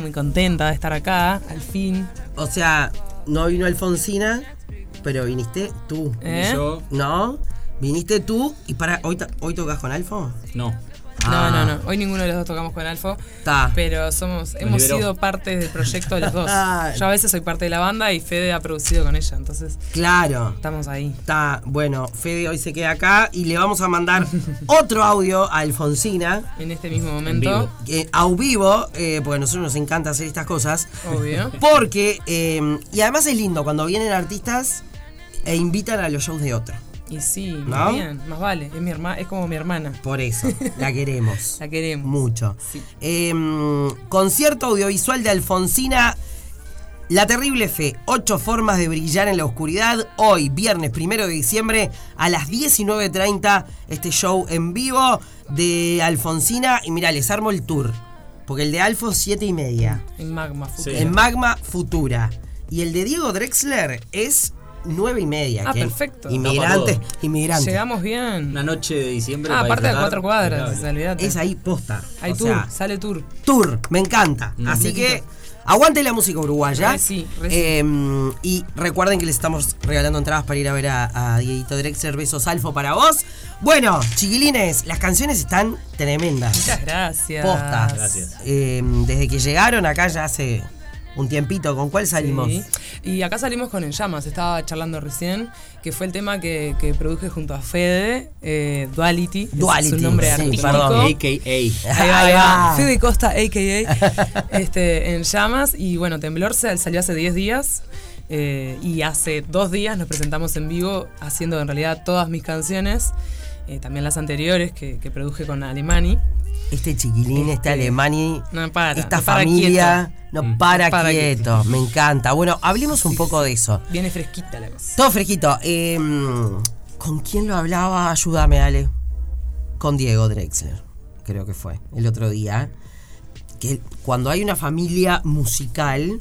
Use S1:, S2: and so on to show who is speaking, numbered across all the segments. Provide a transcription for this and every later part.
S1: muy contenta de estar acá, al fin.
S2: O sea, no vino Alfonsina, pero viniste tú.
S1: ¿Eh?
S3: Y yo,
S2: ¿No? Viniste tú y para. ¿Hoy, ta- hoy tocas con Alfo?
S3: no.
S1: No, no, no. Hoy ninguno de los dos tocamos con Alfo.
S2: Está.
S1: Pero somos, hemos
S3: liberó.
S1: sido parte del proyecto los dos.
S2: Ah.
S1: Yo a veces soy parte de la banda y Fede ha producido con ella, entonces
S2: Claro.
S1: estamos ahí.
S2: Está. Bueno, Fede hoy se queda acá y le vamos a mandar otro audio a Alfonsina.
S1: En este mismo momento.
S2: eh, a vivo, eh, porque a nosotros nos encanta hacer estas cosas.
S1: Obvio.
S2: Porque, eh, y además es lindo cuando vienen artistas e invitan a los shows de otro.
S1: Y sí,
S2: ¿No?
S1: bien, más vale. Es mi herma, es como mi hermana.
S2: Por eso, la queremos.
S1: La queremos.
S2: Mucho.
S1: Sí.
S2: Eh, concierto audiovisual de Alfonsina. La terrible fe, ocho formas de brillar en la oscuridad, hoy, viernes primero de diciembre, a las 19.30, este show en vivo de Alfonsina. Y mirá, les armo el tour, porque el de Alfo, siete y media.
S1: En Magma Food.
S3: Sí.
S2: En Magma Futura. Y el de Diego Drexler es nueve y media.
S1: Ah,
S2: que-
S1: perfecto.
S2: Inmigrante,
S3: Tapa
S2: inmigrante.
S1: Llegamos bien.
S3: Una noche de diciembre.
S1: ah,
S3: para
S1: aparte de
S3: disfrutar,
S1: cuatro cuadras,
S3: impecable.
S1: olvídate.
S2: Es ahí posta.
S1: Hay
S2: o
S1: tour,
S2: sea,
S1: sale tour.
S2: tour, me encanta. Así que aguante la música uruguaya.
S1: Mm. Re sí, re sí.
S2: Eh, y recuerden que les estamos regalando entradas para ir a ver a, a Dieguito Drexler. Besos alfo para vos. Bueno, chiquilines, las canciones están tremendas.
S1: Muchas gracias.
S2: Posta.
S3: Gracias.
S2: Eh, desde que llegaron acá ya hace un tiempito. ¿Con cuál salimos?
S1: Sí. Y acá salimos con En Llamas, estaba charlando recién, que fue el tema que, que produje junto a Fede, eh, Duality, que es
S2: Duality,
S1: su nombre
S2: sí,
S1: artístico.
S2: perdón.
S3: AKA.
S1: Ahí va, ahí va.
S2: Ah.
S1: Fede Costa, a.k.a. este, en llamas. Y bueno, Temblor se- salió hace 10 días. eh, y hace dos días nos presentamos en vivo haciendo en realidad todas mis canciones. eh, también las anteriores que, que produje con Alemani.
S2: Este chiquilín, este alemani,
S1: No para,
S2: esta
S1: no para
S2: familia,
S1: quieto.
S2: no para,
S1: No para
S2: quieto. Me encanta. Bueno, hablemos un poco de eso.
S1: Viene fresquita la cosa.
S2: Todo fresquito. Eh, ¿Con quién lo hablaba? Ayúdame, Ale. Con Diego Drexler, creo que fue, el otro día. Que cuando hay una familia musical,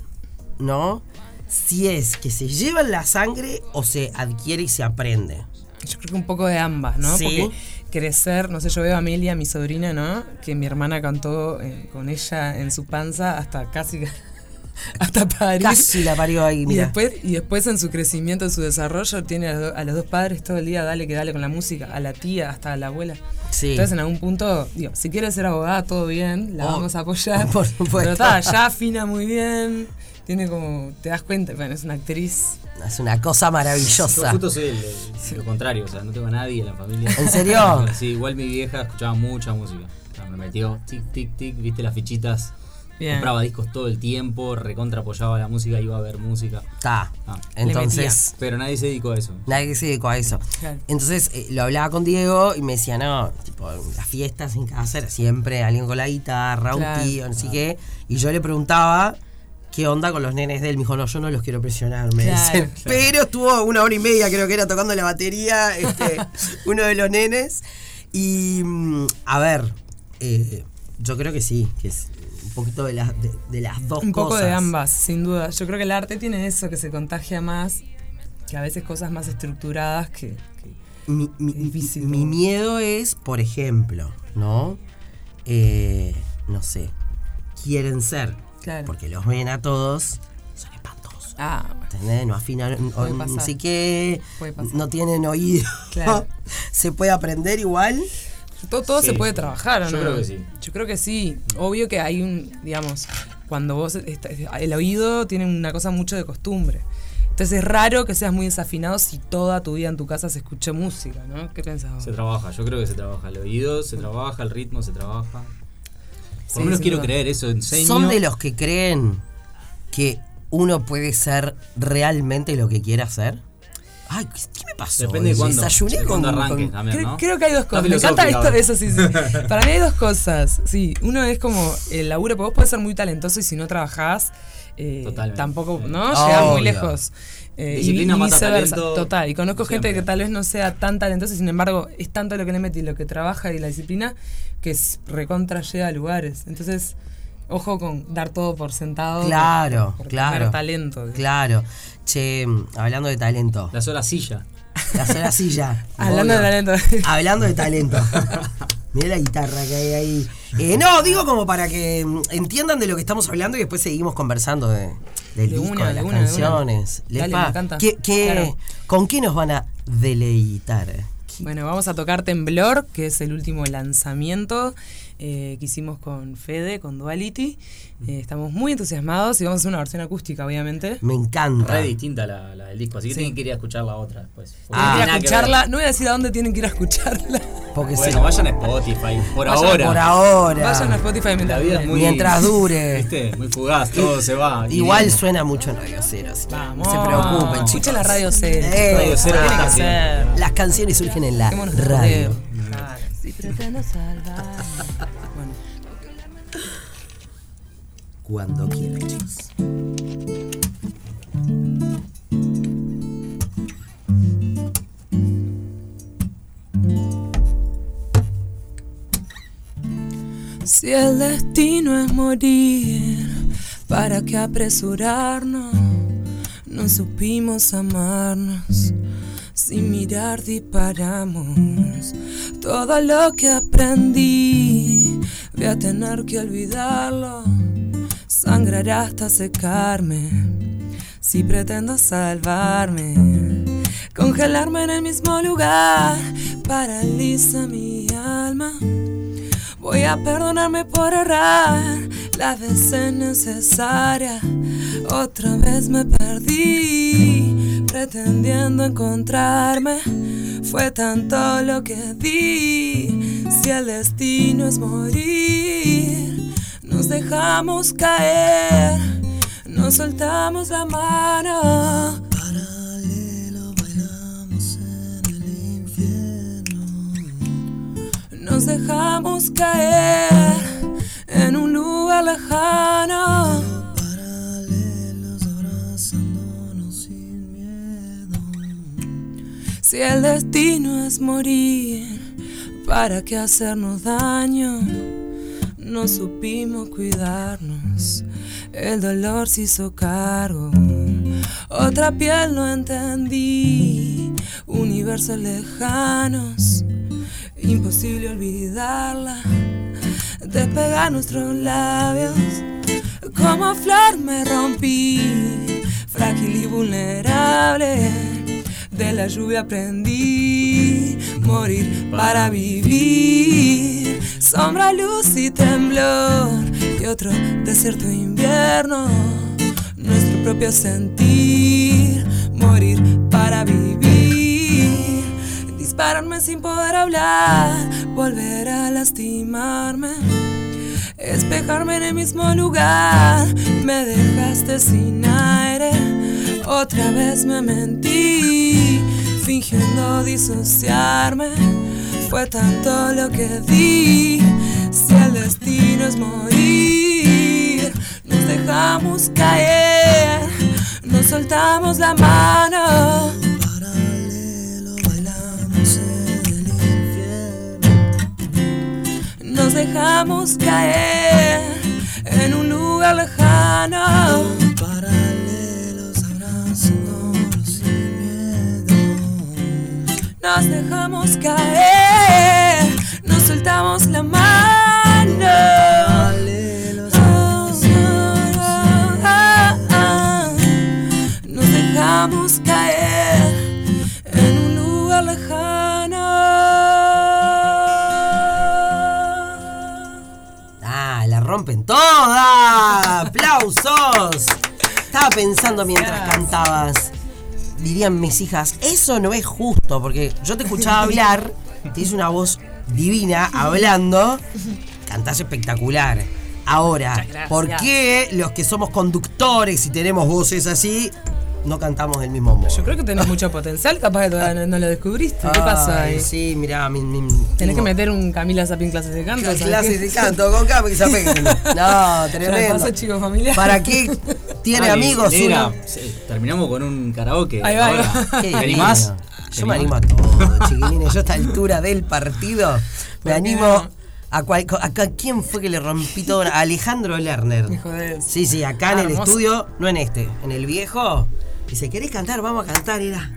S2: ¿no? Si es que se lleva en la sangre o se adquiere y se aprende.
S1: Yo creo que un poco de ambas, ¿no?
S2: Sí.
S1: Porque crecer, no sé, yo veo a Amelia, mi sobrina, ¿no? Que mi hermana cantó eh, con ella en su panza hasta casi. hasta parir.
S2: Casi la parió ahí,
S1: Y
S2: mira.
S1: después, y después en su crecimiento, en su desarrollo, tiene a los, do- a los dos padres todo el día, dale que dale con la música, a la tía, hasta a la abuela.
S2: Sí.
S1: Entonces en algún punto, digo, si quiere ser abogada, todo bien, la
S2: Oh,
S1: vamos a apoyar.
S2: por supuesto.
S1: Pero está, ya afina muy bien, tiene como, te das cuenta, bueno, es una actriz.
S2: Es una cosa
S3: Yo
S2: maravillosa.
S3: justo soy el- el- lo contrario, o sea, no tengo a nadie en la familia.
S2: ¿En serio?
S3: Sí, igual mi vieja escuchaba mucha música. O sea, me metió tic, tic, tic, viste las fichitas.
S1: Bien.
S3: Compraba discos todo el tiempo, recontra apoyaba la música, iba a ver música.
S2: Está.
S3: Ah.
S2: Entonces,
S3: Pero nadie se dedicó a eso.
S2: nadie se dedicó a eso.
S1: Claro.
S2: Entonces eh, lo hablaba con Diego y me decía, no, tipo, en las fiestas en casa era siempre alguien con la guitarra,
S1: Claro.
S2: un tío, no sé qué. Y yo le preguntaba qué onda con los nenes de él. Me dijo, no, yo no los quiero presionar, me
S1: Claro,
S2: dicen.
S1: claro.
S2: Pero estuvo una hora y media, creo que era, tocando la batería este, uno de los nenes. Y, mm, a ver, eh, yo creo que sí, que es un poquito de, las de, de las dos
S1: Un poco
S2: cosas.
S1: de ambas, sin duda. Yo creo que el arte tiene eso, que se contagia más, que a veces cosas más estructuradas que... que-
S2: Mi, mi-
S1: Qué difícil,
S2: mi- mi
S1: ¿no?
S2: miedo es, por ejemplo, ¿no? Eh, no sé, quieren ser.
S1: Claro.
S2: Porque los ven a todos, son espantosos.
S1: Ah, bueno.
S2: ¿Entendés? No afinan,
S1: Puede
S2: no
S1: pasar.
S2: sé qué,
S1: Puede pasar.
S2: no tienen oído.
S1: Claro.
S2: Se puede aprender igual.
S1: Todo, todo
S3: Sí.
S1: se puede trabajar, ¿o
S3: Yo
S1: no?
S3: creo que sí.
S1: Yo creo que sí. Obvio que hay un, digamos, cuando vos, está- el oído tiene una cosa mucho de costumbre. Entonces es raro que seas muy desafinado si toda tu vida en tu casa se escuchó música, ¿no? ¿Qué pensás vos?
S3: Se trabaja, yo creo que se trabaja. El oído se trabaja, el ritmo se trabaja.
S1: Sí,
S3: Por lo menos
S1: sin
S3: quiero
S1: duda.
S3: creer eso, enseño.
S2: Son de los que creen que uno puede ser realmente lo que quiera ser. Ay, ¿qué, qué me pasó?
S3: Depende de cuándo.
S2: Desayuné
S3: de
S2: con,
S3: cuándo arranques
S2: con-
S3: también,
S1: Creo,
S3: ¿no?
S1: creo que hay dos
S3: Está
S1: cosas. Me encanta esto,
S3: filosófica
S1: eso sí, sí. Para mí hay dos cosas. Sí, uno es como el laburo, porque vos podés ser muy talentoso y si no trabajás, eh,
S3: Totalmente.
S1: tampoco,
S3: Sí.
S1: ¿no? Llegás muy
S2: Obvio.
S1: lejos. Eh, y-
S3: Disciplina
S1: y,
S3: mata
S1: viceversa.
S3: talento
S1: Total. Y conozco gente
S3: siempre.
S1: que tal vez no sea tan talentosa y sin embargo es tanto lo que le mete y lo que trabaja y la disciplina que es recontra llega a lugares. Entonces, ojo con dar todo por sentado.
S2: Claro,
S1: por tener
S2: claro.
S1: talento. digamos.
S2: Claro. Che, hablando de talento.
S3: La sola silla.
S2: La sola silla.
S1: Hablando de
S2: Obvio.
S1: talento.
S2: Hablando de talento. Mirá la guitarra que hay ahí. Eh, no, digo como para que mm, entiendan de lo que estamos hablando y después seguimos conversando de, del
S1: De
S2: disco,
S1: una,
S2: de
S1: de
S2: las
S1: una, de una.
S2: canciones. Les
S1: Dale,
S2: va.
S1: me encanta.
S2: ¿Qué- qué-
S1: Claro.
S2: ¿Con qué nos van a deleitar?
S1: Bueno, vamos a tocar Temblor, que es el último lanzamiento eh, que hicimos con Fede, con Duality. Eh, estamos muy entusiasmados y vamos a hacer una versión acústica, obviamente.
S2: Me encanta.
S3: Re distinta la, la del disco, así que
S1: Sí.
S3: tienen que ir a escuchar la otra después. Porque
S1: Tienen que ir
S3: nada
S1: a
S3: Ah. que
S1: escucharla. No voy a decir a dónde tienen que ir a escucharla.
S2: Porque
S3: ver.
S2: sí.
S3: Bueno, vayan a Spotify, por
S1: Vayan
S3: ahora.
S2: Por ahora.
S1: Vayan a Spotify
S3: La
S1: mientras
S3: vida es
S1: duren.
S3: muy.
S2: Mientras dure.
S3: ¿Viste? Muy fugaz, todo se va.
S2: Igual
S3: Y-
S2: suena mucho en Radio Cero, así que
S1: Vamos.
S2: no se preocupen, chicos.
S1: Escuchen la Radio Cero.
S2: Eh,
S3: Radio Cero
S1: tiene que
S3: está
S1: ser.
S2: Las canciones surgen en la
S1: Dejémonos de
S2: radio.
S1: jodeo. Claro.
S4: Si pretendo salvar.
S1: Bueno.
S2: Cuando quieran, chicos.
S1: Si el destino es morir, ¿para qué apresurarnos? No supimos amarnos, sin mirar disparamos. Todo lo que aprendí, voy a tener que olvidarlo. Sangrará hasta secarme si pretendo salvarme. Congelarme en el mismo lugar paraliza mi alma. Voy a perdonarme por errar las veces necesarias. Otra vez me perdí, pretendiendo encontrarme. Fue tanto lo que di. Si el destino es morir, nos dejamos caer, nos soltamos la mano. Paralelo bailamos en el infierno. Nos dejamos caer en un lugar lejano. Paralelos abrazándonos sin miedo. Si el destino es morir, ¿para qué hacernos daño? No supimos cuidarnos, el dolor se hizo cargo. Otra piel no entendí, universos lejanos, imposible olvidarla. Despegar nuestros labios, como flor me rompí, frágil y vulnerable. De la lluvia aprendí morir para vivir. Sombra, luz y temblor. Y otro desierto invierno. Nuestro propio sentir. Morir para vivir. Dispararme sin poder hablar. Volver a lastimarme. Espejarme en el mismo lugar, me dejaste sin aire. Otra vez me mentí, fingiendo disociarme. Fue tanto lo que di, si el destino es morir, nos dejamos caer, nos soltamos la mano. Paralelo bailamos en el infierno nos dejamos caer en un lugar lejano. Paralelos abrazándonos sin miedo. Nos dejamos caer, nos soltamos la mano. Ah, ah, ah. Nos dejamos caer en un lugar lejano.
S2: Ah, la rompen toda. ¡Aplausos! Estaba pensando mientras cantabas. Dirían mis hijas, eso no es justo, porque yo te escuchaba hablar, tienes una voz divina hablando, cantás espectacular. Ahora,
S1: gracias.
S2: ¿por qué los que somos conductores y tenemos voces así, no cantamos del mismo modo?
S1: Yo creo que tenés mucho potencial, capaz que todavía no, no lo descubriste. ¿Qué pasa
S2: Ay,
S1: ahí?
S2: Sí, mirá, mi, mi-
S1: Tenés que
S2: tengo-
S1: meter un Camila Sapin clases de canto. ¿sabes
S2: clases
S1: qué?
S2: de canto, con capa que se apeguen. No,
S1: Traspaso
S2: tremendo.
S1: chico familiar.
S2: ¿Para qué tiene
S3: Dale,
S2: amigos
S3: negra,
S2: uno?
S3: se- Terminamos con un karaoke.
S1: Ahí va, ahí
S3: ahora.
S1: va.
S2: Qué
S3: ¿Te animás?
S2: divino.
S3: ¿Te
S2: Yo me animo
S3: animás?
S2: a todo, chiquilines. Yo a esta altura del partido
S1: ¿Por
S2: me
S1: qué
S2: animo
S1: no?
S2: a, cual, a cual- ¿Quién fue que le rompí todo? A Alejandro Lerner.
S1: Hijo de-
S2: Sí, sí, acá en el
S1: Hermoso.
S2: estudio, no en este, en el viejo. Dice, ¿querés cantar? Vamos a cantar, era.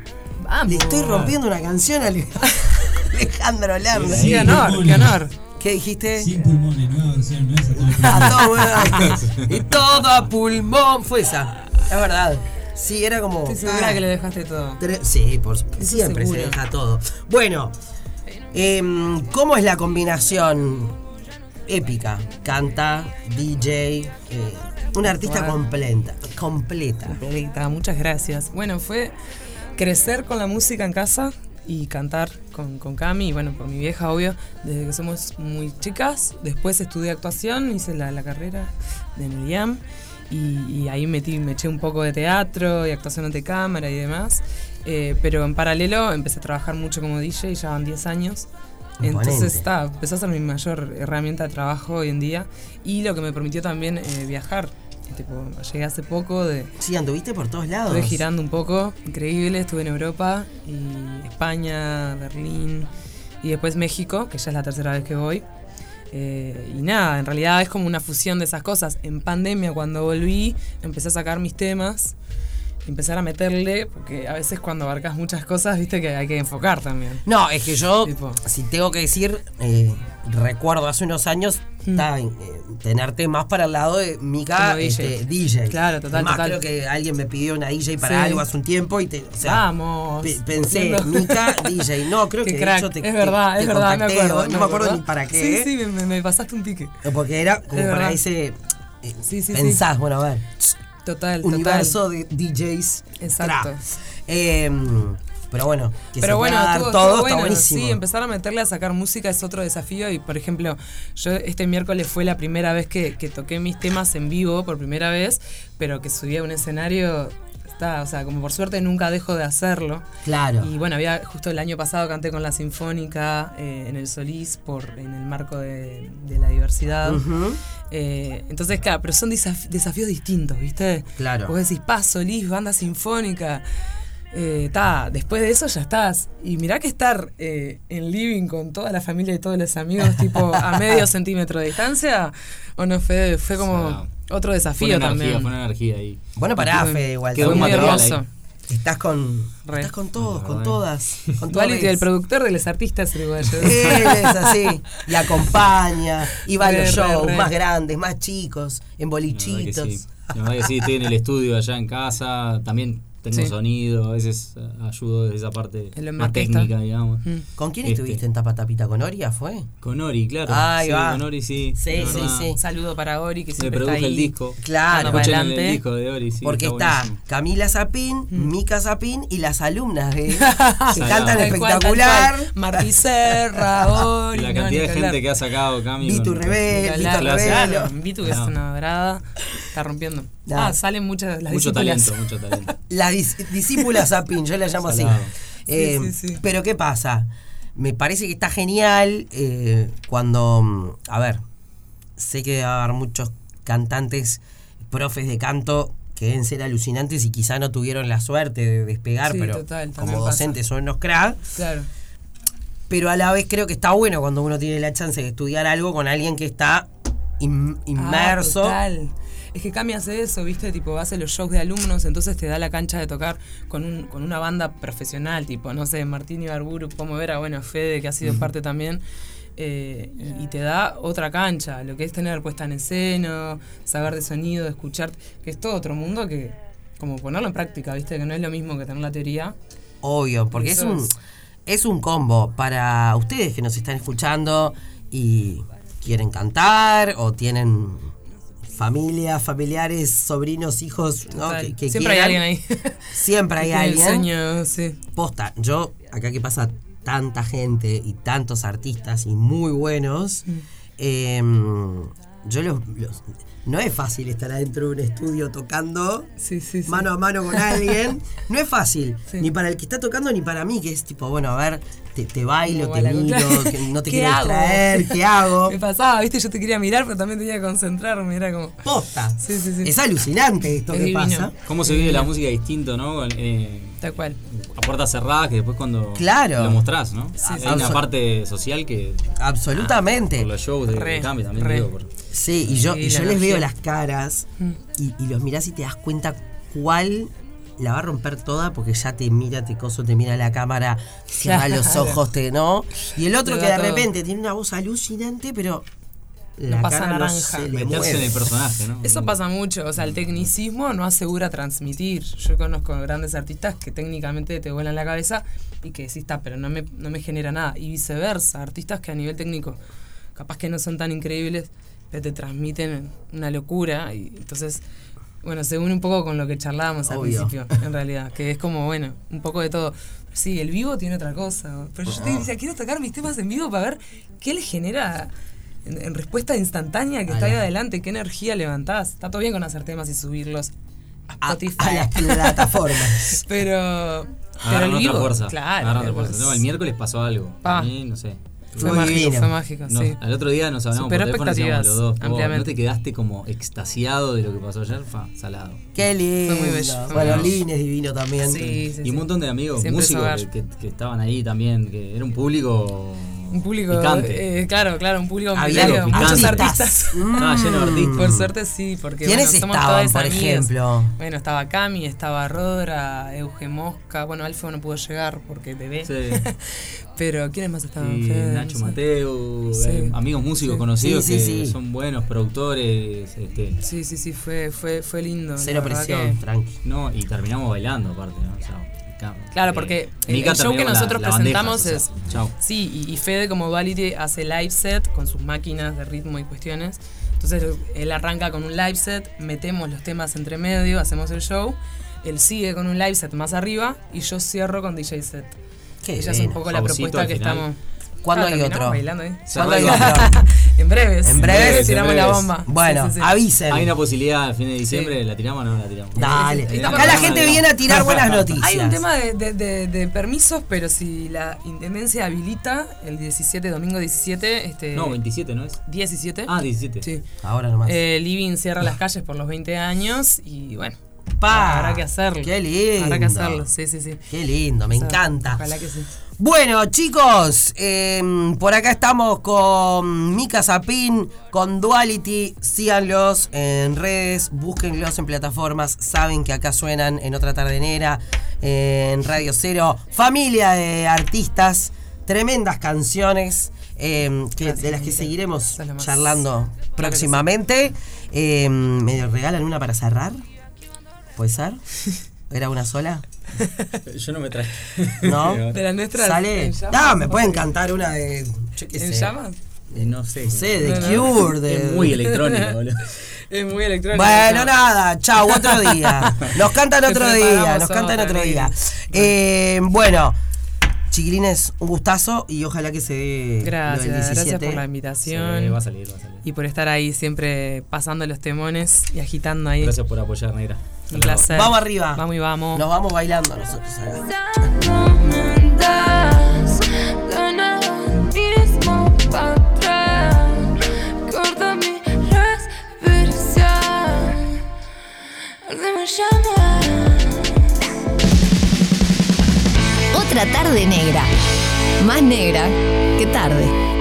S1: Vamos.
S3: Ah.
S2: Le estoy rompiendo una canción a Ale- Alejandro Lerner.
S1: Qué honor, qué honor.
S2: ¿Qué dijiste?
S5: Sin pulmones, nueva versión, no es a todo el
S2: A
S5: pulmón.
S2: todo, bueno, y todo a pulmón fue esa. Es verdad. Sí, era como.
S1: Estoy segura
S2: Ah,
S1: que le dejaste todo.
S2: tre- Sí, por su-
S1: Eso
S2: siempre se
S1: seguro.
S2: deja todo. Bueno, em, ¿cómo es la combinación épica? Canta, DJ, eh, una artista
S1: Wow.
S2: completa. Completa.
S1: Perfecta, muchas gracias. Bueno, fue crecer con la música en casa y cantar con, con Cami, y bueno, por mi vieja, obvio, desde que somos muy chicas. Después estudié actuación, hice la, la carrera de Miriam y, y ahí metí, me eché un poco de teatro y actuación ante cámara y demás. Eh, pero en paralelo empecé a trabajar mucho como DJ, ya van 10 años. Entonces,
S2: Imponente.
S1: está, empezó a ser mi mayor herramienta de trabajo hoy en día y lo que me permitió también eh, viajar. Tipo, llegué hace poco de,
S2: Sí, anduviste por todos lados.
S1: Estuve girando un poco, increíble, estuve en Europa, y España, Berlín y después México, que ya es la tercera vez que voy. Eh, y nada, en realidad es como una fusión de esas cosas. En pandemia, cuando volví, empecé a sacar mis temas, empezar a meterle, porque a veces cuando abarcas muchas cosas, viste que hay que enfocar también.
S2: No, es que yo,
S1: Tipo.
S2: si tengo que decir, eh, recuerdo hace unos años estaba en, eh, tenerte más para el lado de Mika,
S1: Hmm. Como DJ.
S2: este, DJ.
S1: Claro, total,
S2: Además,
S1: total.
S2: creo que alguien me pidió una DJ para
S1: Sí.
S2: algo hace un tiempo y te. O sea,
S1: Vamos.
S2: pe- pensé,
S1: Viendo.
S2: Mika, DJ. No, creo
S1: Qué
S2: que
S1: crack.
S2: de hecho te.
S1: es verdad,
S2: te-
S1: es
S2: te
S1: verdad, me
S2: contacté,
S1: acuerdo.
S2: No
S1: me
S2: me acuerdo
S1: acuerdo.
S2: ni para qué.
S1: Sí, sí, me- me- me pasaste un pique.
S2: Porque era como
S1: Es
S2: para
S1: verdad.
S2: ese. eh,
S1: Sí, sí,
S2: pensás, bueno, a ver.
S1: Total, total.
S2: universo de DJs.
S1: Exacto.
S2: tra. Eh, pero bueno, que se
S1: Pero bueno,
S2: pueda dar
S1: estuvo-
S2: todo
S1: estuvo
S2: está
S1: bueno,
S2: buenísimo.
S1: Sí, empezar a meterle a sacar música es otro desafío. Y por ejemplo, yo este miércoles fue la primera vez que, que toqué mis temas en vivo, por primera vez, pero que subí a un escenario. Está, o sea, como por suerte nunca dejo de hacerlo.
S2: Claro.
S1: Y bueno, había justo el año pasado canté con la Sinfónica eh, en el Solís por, en el marco de, de la diversidad.
S2: Ujú.
S1: Eh, entonces, claro, pero son desaf- desafíos distintos, ¿viste?
S2: Claro.
S1: Vos decís, pa, Solís, banda sinfónica. Eh, ta, después de eso ya estás. Y mirá que estar eh, en living con toda la familia y todos los amigos, tipo a medio centímetro de distancia, o no, Fede, fue como
S3: O sea,
S1: otro
S3: Fue
S1: desafío
S3: una energía,
S1: también.
S3: fue una energía ahí.
S2: Bueno, pará, Fede, igual.
S3: Quedó
S1: Fue
S2: también.
S1: muy
S3: material ahí.
S1: hermoso.
S2: Estás con.
S1: Re.
S2: Estás con todos,
S3: Bueno,
S2: con
S3: re.
S2: todas. Con todos.
S1: Duality, el productor de los artistas uruguayos.
S2: Él es así, la acompaña, y va a los
S1: Re, re,
S2: shows
S1: re.
S2: más grandes, más chicos, en
S3: La verdad que
S2: bolichitos.
S3: sí. La verdad que sí, estoy en el estudio allá en casa, también tengo
S1: Sí.
S3: sonido, a veces eh, ayudo desde esa parte
S1: El hombre
S3: más
S1: orquesta.
S3: técnica, digamos.
S1: Mm.
S2: ¿Con quién
S3: Este.
S2: estuviste en Tapatapita? ¿Con Oria fue?
S3: Con Ori, claro.
S2: Ahí
S3: sí,
S2: va.
S3: Con Ori, sí.
S2: Sí,
S3: la
S2: sí,
S3: verdad.
S2: sí.
S1: Un saludo para Ori, que
S3: Me
S1: siempre está
S3: produje
S1: ahí.
S3: el disco.
S2: Claro.
S1: Mano para
S3: Escuchen el
S1: adelante.
S3: disco de Ori, sí.
S2: Porque está,
S3: buenísimo.
S2: Camila Sapín, Mica Sapín y las alumnas de. que
S3: Tal
S2: cantan
S1: Mm. Tal cual, tal
S2: espectacular.
S1: cual. Martí Serra, Ori.
S3: La
S1: no,
S3: cantidad
S1: ni
S3: de
S1: que
S3: gente
S1: hablar.
S3: que ha sacado Cami.
S2: Vitu
S3: con-
S2: Rebel,
S3: con-
S2: Vitu
S3: claro,
S2: Rebel.
S3: claro.
S1: Claro, Vitu que es
S3: No.
S1: una dorada, está rompiendo.
S2: Nada.
S1: Ah, salen muchas las
S3: Mucho
S1: discípulas.
S3: talento, mucho talento.
S2: La dis- discípula Sapin, yo la llamo así.
S3: Salado.
S2: Eh,
S1: Sí, sí, sí.
S2: Pero ¿qué pasa? Me parece que está genial eh, cuando, mm, a ver, sé que va a haber muchos cantantes, profes de canto que deben ser alucinantes y quizá no tuvieron la suerte de despegar,
S1: Sí,
S2: pero
S1: total,
S2: como
S1: también pasa.
S2: docentes son unos cracks.
S1: Claro.
S2: Pero a la vez creo que está bueno cuando uno tiene la chance de estudiar algo con alguien que está in- inmerso.
S1: Ah, total. Es que Cami hace eso, ¿viste? Tipo, hace los shows de alumnos, entonces te da la cancha de tocar con, un, con una banda profesional, tipo, no sé, Martín Ibarburu, Pomo Vera, bueno, Fede, que ha sido parte también. eh, y, y te da otra cancha, lo que es tener puesta en escena, saber de sonido, escuchar, que es todo otro mundo que, como ponerlo en práctica, ¿viste? Que no es lo mismo que tener la teoría.
S2: Obvio, porque es
S1: Eso
S2: un,
S1: es.
S2: es un combo para ustedes que nos están escuchando y quieren cantar o tienen familia, familiares, sobrinos, hijos, ¿no?
S1: Total.
S2: que- que
S1: Siempre hay alguien
S2: quieran.
S1: ahí.
S2: Siempre hay
S1: Que tiene
S2: alguien.
S1: El sueño, sí.
S2: Posta, yo, acá que pasa tanta gente y tantos artistas y muy buenos,
S1: Mm.
S2: em, yo los, los- No es fácil estar adentro de un estudio tocando
S1: Sí, sí, sí.
S2: mano a mano con alguien. No es fácil,
S1: Sí.
S2: ni para el que está tocando ni para mí, que es tipo, bueno, a ver, te, te bailo,
S1: Como
S2: te
S1: la
S2: miro,
S1: contra-
S2: que no te
S1: ¿Qué
S2: quiero
S1: hago?
S2: distraer, ¿qué hago?
S1: Me pasaba, viste, yo te quería mirar, pero también tenía que concentrarme, era como...
S2: Posta.
S1: Sí, sí, sí.
S2: Es alucinante esto
S1: Es
S2: que
S1: divino.
S2: pasa.
S3: ¿Cómo se vive la música distinto, no? Con, eh,
S1: Tal cual.
S3: a puertas cerradas que después cuando
S2: Claro.
S3: lo mostrás, ¿no?
S2: Sí, sí.
S3: Hay una
S2: Absol-
S3: parte social que
S2: Absolutamente.
S3: Ah, por los shows de, de
S1: Re,
S3: Cami también
S1: re.
S3: digo por-
S2: Sí, y yo,
S1: Sí, la Mm.
S2: y yo les
S1: energía.
S2: veo las caras y, y los mirás y te das cuenta cuál la va a romper toda porque ya te mira, te coso, te mira la cámara, cierra
S1: Claro.
S2: los ojos, te, ¿no? Y el otro
S1: Te
S2: que
S1: da
S2: de
S1: todo.
S2: repente tiene una voz alucinante, pero la
S1: No pasa
S2: cara no
S1: naranja.
S2: se le
S3: Meterse en
S2: mueve.
S3: el personaje, ¿no?
S1: Eso pasa mucho, o sea, el tecnicismo no asegura transmitir. Yo conozco grandes artistas que técnicamente te vuelan la cabeza y que decís, está, pero no me, no me genera nada. Y viceversa, artistas que a nivel técnico capaz que no son tan increíbles, pero te transmiten una locura. Y entonces, bueno, se une un poco con lo que charlábamos al
S2: Obvio.
S1: principio, en realidad, que es como, bueno, un poco de todo. Sí, el vivo tiene otra cosa. Pero yo te decía, quiero tocar mis temas en vivo para ver qué le genera en, en respuesta instantánea que está ahí adelante, qué energía levantás. Está todo bien con hacer temas y subirlos a
S2: A,
S1: Spotify.
S2: a las plataformas.
S1: pero pero
S3: Agarran
S1: el vivo,
S3: otra fuerza.
S1: claro.
S3: agarran otra fuerza.
S1: pues,
S3: No, el miércoles pasó algo.
S1: Pa.
S3: A mí, no sé.
S1: fue
S2: Muy
S1: mágico,
S2: divino.
S1: fue mágico,
S3: Nos-
S1: sí.
S3: Al otro día nos hablamos
S1: Superó
S3: por teléfono y decíamos los dos.
S1: expectativas,
S3: "Oh, ¿No
S1: ampliamente.
S3: te quedaste como extasiado de lo que pasó ayer? Fa, salado.
S2: Qué lindo.
S1: muy bello, fue
S2: Bueno,
S1: muy bello.
S2: Lin es divino también.
S1: Sí, sí,
S3: y un
S1: sí.
S3: montón de amigos,
S1: Siempre es
S3: músicos
S1: hogar.
S3: que, que- que estaban ahí también, que era un público.
S1: Un público,
S3: Picante.
S1: eh, claro, claro, un público
S2: Había Mm.
S1: millonario,
S3: los
S1: muchos
S3: Ah, picantes. Mm.
S1: artistas.
S3: Estaba lleno de artistas.
S1: Por suerte sí, porque
S2: ¿Quiénes
S1: bueno, somos
S2: estaban,
S1: todas
S2: por
S1: amigas.
S2: ejemplo?
S1: Bueno, estaba Cami, estaba Rodra, Euge Mosca, bueno, Alfa no pudo llegar porque te ve.
S3: Sí.
S1: Pero ¿quiénes más estaban?
S3: Y
S1: Fede,
S3: Nacho
S1: no sé.
S3: Mateo,
S1: Sí.
S3: eh, amigos músicos
S1: Sí.
S3: conocidos
S2: Sí, sí,
S3: que
S2: sí.
S3: son buenos productores. Este,
S1: Sí, sí, sí, fue, fue, fue lindo.
S2: Cero
S1: la verdad
S2: presión,
S1: que-
S2: tranqui.
S3: no, y terminamos bailando aparte, ¿no? O sea, ca-
S1: Claro,
S3: eh,
S1: porque el-
S3: Mica
S1: el show
S3: terminó
S1: que
S3: con la-
S1: nosotros
S3: la bandeja,
S1: presentamos
S3: o sea,
S1: es-
S3: Chao.
S1: Sí, y, y Fede como Duality hace live set con sus máquinas de ritmo y cuestiones. Entonces él arranca con un live set, metemos los temas entre medio, hacemos el show. Él sigue con un live set más arriba y yo cierro con DJ set.
S2: Qué
S1: Esa es un
S2: divino.
S1: poco la
S3: Jaboncito
S1: propuesta
S3: al
S1: que
S3: final.
S1: estamos.
S2: ¿Cuándo
S1: Ah,
S2: hay
S1: terminamos
S2: otro?
S1: bailando ahí.
S2: ¿Cuándo hay
S3: Cerrado.
S2: otro?
S1: En breves.
S2: En breves, en
S1: tiramos la
S3: breves.
S1: bomba.
S2: Bueno,
S1: Sí, sí, sí.
S2: avisen.
S3: Hay una posibilidad al fin de diciembre, ¿la tiramos o no la tiramos?
S2: Em, Dale.
S1: Sí, sí, sí.
S2: Acá la gente viene a tirar buenas noticias.
S1: Hay un tema de, de- de- de permisos, pero si la intendencia habilita el 17, domingo 17, este,
S3: No, 27, ¿no
S2: ¿Eh?
S3: es?
S1: 17.
S3: Ah, 17.
S1: Sí.
S2: Ahora nomás.
S1: Eh, Living cierra las calles por los 20 años y bueno.
S2: Pa,
S1: habrá que hacerlo.
S2: Ah, qué lindo.
S1: Habrá que hacerlo, sí, sí, sí.
S2: Qué lindo, me
S1: O sea,
S2: encanta.
S1: Ojalá que sí.
S2: Bueno, chicos, eh, por acá estamos con Mika Zapin, con Duality. Síganlos en redes, búsquenlos en plataformas. Saben que acá suenan en Otra Tardenera, en Radio Cero. Familia de artistas, tremendas canciones eh, que-
S1: Gracias,
S2: de las que
S1: Mika.
S2: seguiremos
S1: Sos lo más.
S2: charlando
S1: Claro que
S2: próximamente. Eh, ¿Me regalan una para cerrar? ¿Puede ser? ¿Era una sola?
S3: Yo no me traje.
S2: ¿No?
S1: De la nuestra.
S2: Sale.
S1: ¿en llamas?
S2: Ah, me pueden cantar una de. Yo qué
S1: ¿En
S2: sé.
S1: llamas?
S3: Eh, no sé.
S2: No sé,
S1: No,
S2: de
S1: no.
S2: Cure, de.
S3: Es muy electrónico, boludo.
S1: Es muy electrónico.
S2: Bueno,
S1: no.
S2: nada, chao, otro día. Nos cantan
S1: Te
S2: otro día,
S1: preparamos
S2: nos cantan
S1: otra,
S2: otro día.
S1: Luis.
S2: Eh, bueno, chiquilines, un gustazo y ojalá que se dé.
S1: Gracias,
S2: lo del
S1: gracias
S2: 17.
S1: por la
S3: Sí,
S1: invitación.
S3: va a salir, va a salir.
S1: y por estar ahí siempre pasando los temones y agitando ahí.
S3: Gracias por apoyar, negra.
S1: Un placer.
S2: Vamos arriba.
S1: Vamos y vamos.
S2: Nos vamos bailando nosotros acá.
S6: andas de nada mismo para atrás. Corta mi respiración. Arde mi llama.
S7: Otra tarde negra. Más negra que tarde.